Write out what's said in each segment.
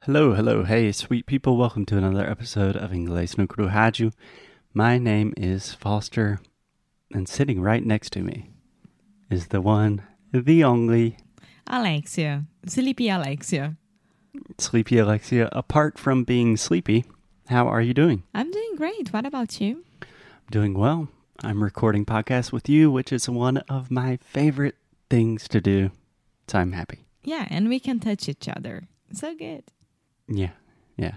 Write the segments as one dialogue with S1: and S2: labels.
S1: Hello, hello, hey, sweet people. Welcome to another episode of Inglés no Haju. My name is Foster, and sitting right next to me is the one, the only,
S2: Alexia. Sleepy Alexia.
S1: Sleepy Alexia. Apart from being sleepy, how are you doing?
S2: I'm doing great. What about you?
S1: Doing well. I'm recording podcasts with you, which is one of my favorite things to do. So I'm happy.
S2: Yeah, and we can touch each other. So good.
S1: Yeah, yeah.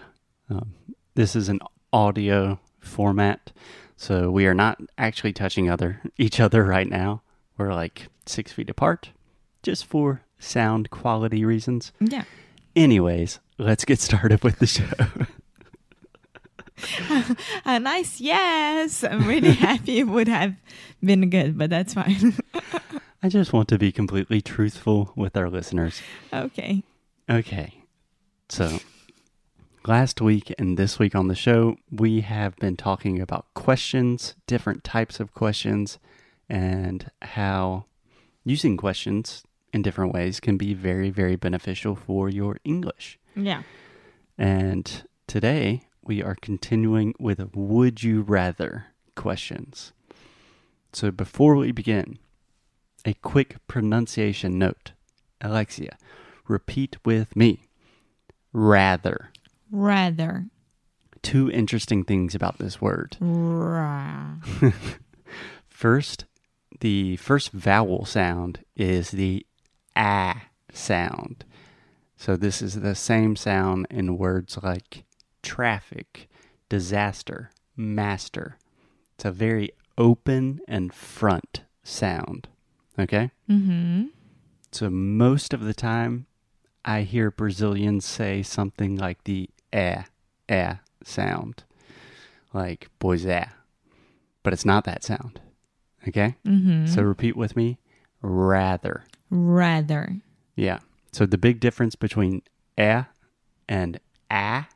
S1: Um, this is an audio format, so we are not actually touching other each other right now. We're like six feet apart, just for sound quality reasons.
S2: Yeah.
S1: Anyways, let's get started with the show.
S2: A Uh, nice yes. I'm really happy it would have been good, but that's fine.
S1: I just want to be completely truthful with our listeners.
S2: okay.
S1: Okay. So, last week and this week on the show, we have been talking about questions, different types of questions, and how using questions in different ways can be very, very beneficial for your English.
S2: Yeah.
S1: And today, we are continuing with would you rather questions. So, before we begin, a quick pronunciation note. Alexia, repeat with me rather.
S2: Rather.
S1: Two interesting things about this word.
S2: Ra.
S1: First, the first vowel sound is the ah sound. So this is the same sound in words like traffic, disaster, master. It's a very open and front sound. Okay?
S2: Mm-hmm.
S1: So most of the time, I hear Brazilians say something like the eh, eh sound, like boys eh, but it's not that sound. Okay?
S2: Mm-hmm.
S1: So repeat with me rather.
S2: Rather.
S1: Yeah. So the big difference between eh and ah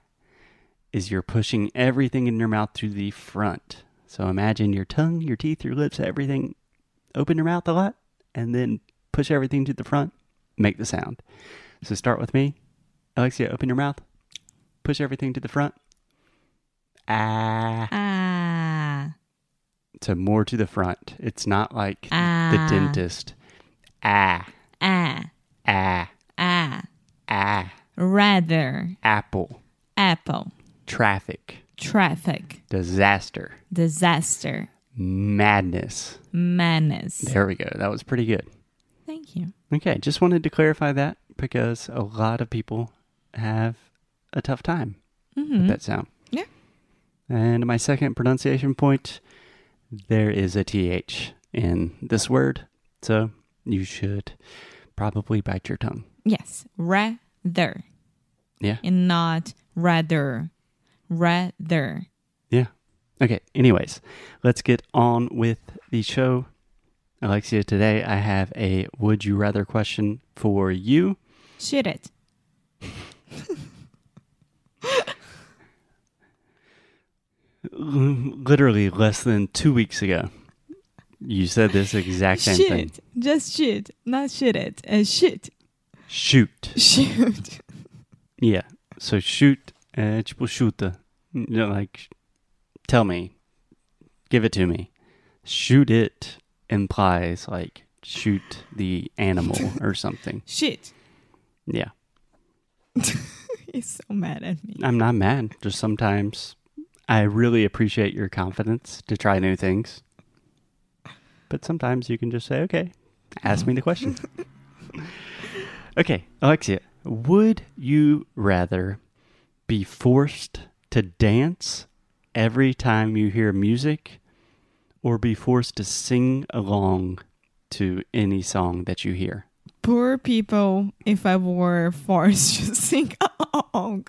S1: is you're pushing everything in your mouth to the front. So imagine your tongue, your teeth, your lips, everything. Open your mouth a lot and then push everything to the front. Make the sound. So start with me. Alexia, open your mouth. Push everything to the front. Ah.
S2: Ah.
S1: So more to the front. It's not like the
S2: Ah.
S1: dentist. Ah.
S2: Ah.
S1: Ah.
S2: Ah.
S1: Ah.
S2: Rather.
S1: Apple.
S2: Apple.
S1: Traffic.
S2: Traffic.
S1: Disaster.
S2: Disaster.
S1: Madness.
S2: Menace.
S1: There we go. That was pretty good.
S2: Thank you.
S1: Okay, just wanted to clarify that because a lot of people have a tough time
S2: Mm-hmm.
S1: with that sound.
S2: Yeah.
S1: And my second pronunciation point there is a TH in this word. So you should probably bite your tongue.
S2: Yes, rather.
S1: Yeah.
S2: And not rather. Rather.
S1: Yeah. Okay, anyways, let's get on with the show. Alexia, today I have a would you rather question for you.
S2: Shoot it.
S1: literally less than two weeks ago. You said this exact same
S2: shoot.
S1: thing.
S2: Just shoot. Not shoot it. Uh, shoot.
S1: Shoot.
S2: Shoot.
S1: Yeah. So shoot. Uh, tipo chuta. You know, like, tell me. Give it to me. Shoot it implies like shoot the animal or something.
S2: shoot.
S1: Yeah.
S2: He's so mad at me.
S1: I'm not mad. Just sometimes I really appreciate your confidence to try new things. But sometimes you can just say, okay, ask me the question. okay, Alexia, would you rather be forced to dance every time you hear music or be forced to sing along to any song that you hear?
S2: Poor people, if I were forced to sing along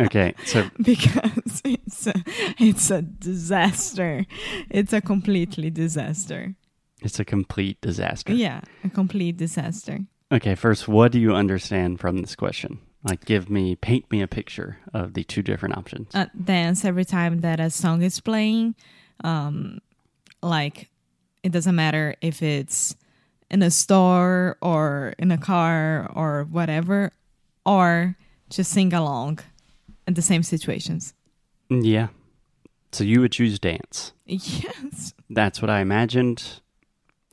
S1: Okay, so
S2: because it's a, it's a disaster. It's a completely disaster.
S1: it's a complete disaster.
S2: Yeah, a complete disaster.
S1: Okay, first, what do you understand from this question? Like, give me, paint me a picture of the two different options.
S2: uh, dance every time that a song is playing. Um, like it doesn't matter if it's in a store or in a car or whatever, or to sing along in the same situations.
S1: Yeah. So you would choose dance.
S2: Yes.
S1: That's what I imagined.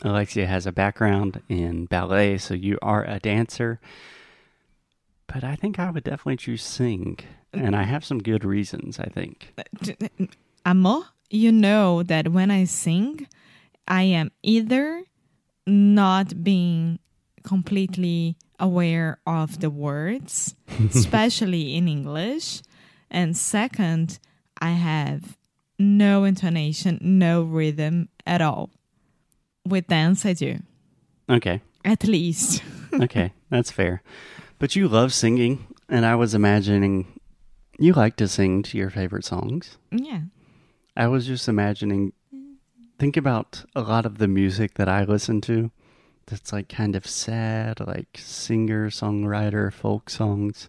S1: Alexia has a background in ballet, so you are a dancer. But I think I would definitely choose sing. And I have some good reasons, I think.
S2: Amor, you know that when I sing, I am either not being completely aware of the words, especially in English. And second, I have no intonation, no rhythm at all. With dance, I do,
S1: Okay.
S2: at least.
S1: Okay. That's fair. But you love singing. And I was imagining you like to sing to your favorite songs.
S2: yeah.
S1: I was just imagining, think about a lot of the music that I listen to that's like kind of sad, like singer, songwriter, folk songs.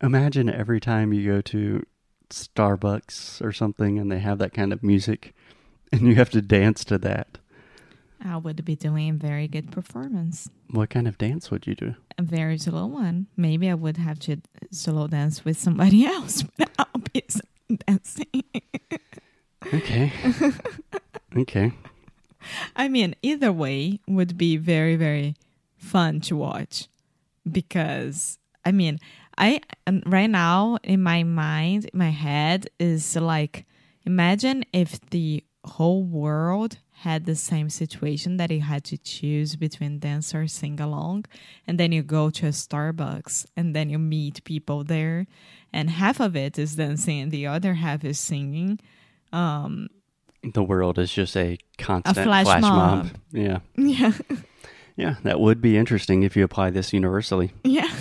S1: Imagine every time you go to Starbucks or something and they have that kind of music and you have to dance to that.
S2: I would be doing a very good performance,
S1: What kind of dance would you do?
S2: a very slow one. Maybe I would have to solo dance with somebody else, but I'll be dancing.
S1: Okay. okay.
S2: I mean, either way would be very, very fun to watch because I mean, I and right now in my mind, my head is like, imagine if the whole world had the same situation that you had to choose between dance or sing along, and then you go to a Starbucks and then you meet people there, and half of it is dancing and the other half is singing. Um,
S1: The world is just a constant
S2: flash
S1: flash
S2: mob.
S1: mob. Yeah.
S2: Yeah,
S1: Yeah. That would be interesting if you apply this universally.
S2: yeah,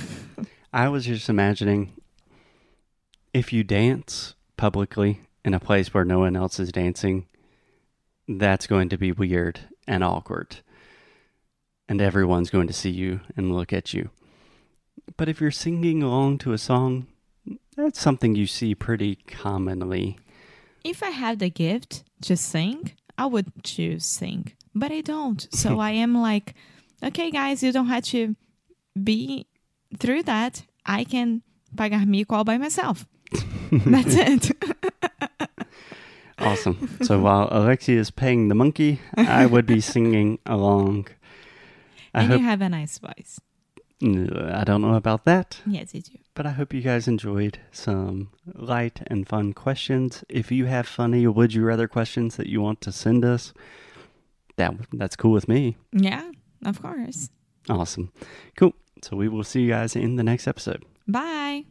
S1: I was just imagining if you dance publicly in a place where no one else is dancing, that's going to be weird and awkward. And everyone's going to see you and look at you. But if you're singing along to a song, that's something you see pretty commonly.
S2: if I had the gift to sing, I would choose sing, but I don't. So I am like, okay, guys, you don't have to be through that. I can pagar mico all by myself. That's it.
S1: Awesome. so while Alexia is paying the monkey, I would be singing along. I
S2: and
S1: hope
S2: you have a nice voice.
S1: I don't know about that.
S2: Yes, you do.
S1: But I hope you guys enjoyed some light and fun questions. If you have funny would you rather questions that you want to send us, that that's cool with me.
S2: Yeah, of course.
S1: Awesome. Cool. So we will see you guys in the next episode.
S2: Bye.